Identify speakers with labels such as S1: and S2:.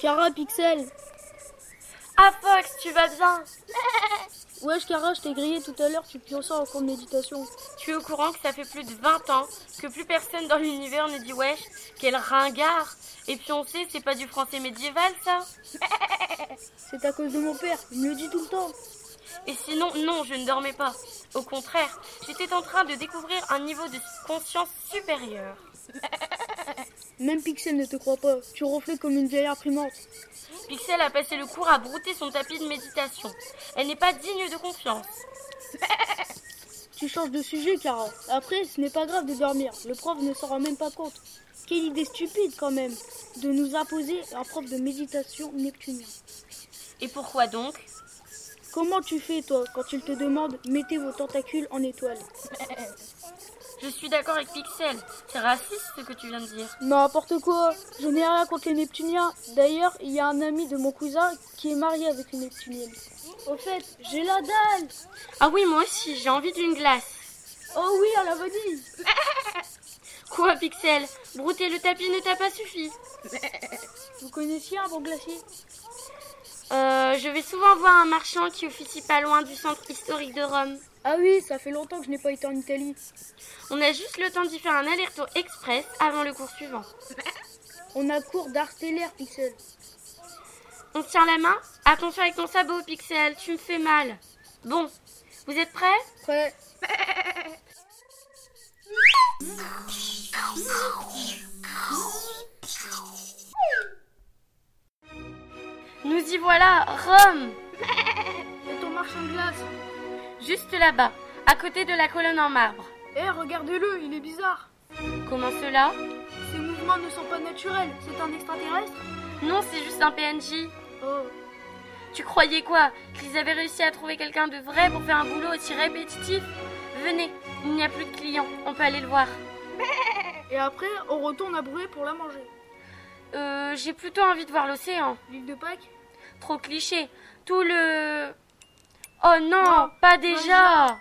S1: Cara, Pixel
S2: Ah Fox, tu vas bien
S1: Wesh, Cara, je t'ai grillé tout à l'heure, tu pures ça en cours de méditation.
S2: Tu es au courant que ça fait plus de 20 ans que plus personne dans l'univers ne dit wesh, quel ringard Et puis on sait, c'est pas du français médiéval ça
S1: C'est à cause de mon père, il me le dit tout le temps.
S2: Et sinon, non, je ne dormais pas. Au contraire, j'étais en train de découvrir un niveau de conscience supérieur.
S1: Même Pixel ne te croit pas, tu reflets comme une vieille imprimante.
S2: Pixel a passé le cours à brouter son tapis de méditation. Elle n'est pas digne de confiance.
S1: Tu changes de sujet, Cara. Après, ce n'est pas grave de dormir, le prof ne s'en rend même pas compte. Quelle idée stupide quand même de nous imposer un prof de méditation neptunien.
S2: Et pourquoi donc
S1: Comment tu fais, toi, quand il te demande mettez vos tentacules en étoile
S2: Je suis d'accord avec Pixel. C'est raciste ce que tu viens de dire.
S1: N'importe quoi Je n'ai rien contre les Neptuniens. D'ailleurs, il y a un ami de mon cousin qui est marié avec une Neptunienne. Au fait, j'ai la dalle
S2: Ah oui, moi aussi, j'ai envie d'une glace.
S1: Oh oui, à la vanille
S2: Quoi, Pixel Brouter le tapis ne t'a pas suffi.
S1: Vous connaissiez un bon glacier
S2: Euh, je vais souvent voir un marchand qui officie pas loin du centre historique de Rome.
S1: Ah oui, ça fait longtemps que je n'ai pas été en Italie.
S2: On a juste le temps d'y faire un aller-retour express avant le cours suivant.
S1: On a cours d'art stellaire, Pixel.
S2: On tient la main Attention avec ton sabot, Pixel, tu me fais mal. Bon, vous êtes prêts
S1: Prêt
S2: Nous y voilà, Rome
S1: Et ton marchand de glace
S2: Juste là-bas, à côté de la colonne en marbre.
S1: Eh, regardez-le, il est bizarre
S2: Comment cela
S1: Ses mouvements ne sont pas naturels, c'est un extraterrestre
S2: Non, c'est juste un PNJ.
S1: Oh,
S2: Tu croyais quoi Qu'ils avaient réussi à trouver quelqu'un de vrai pour faire un boulot aussi répétitif Venez, il n'y a plus de clients, on peut aller le voir.
S1: et après, on retourne à brûler pour la manger.
S2: Euh, j'ai plutôt envie de voir l'océan.
S1: L'île de Pâques
S2: Trop cliché. Tout le... Oh non,
S1: Non,
S2: pas déjà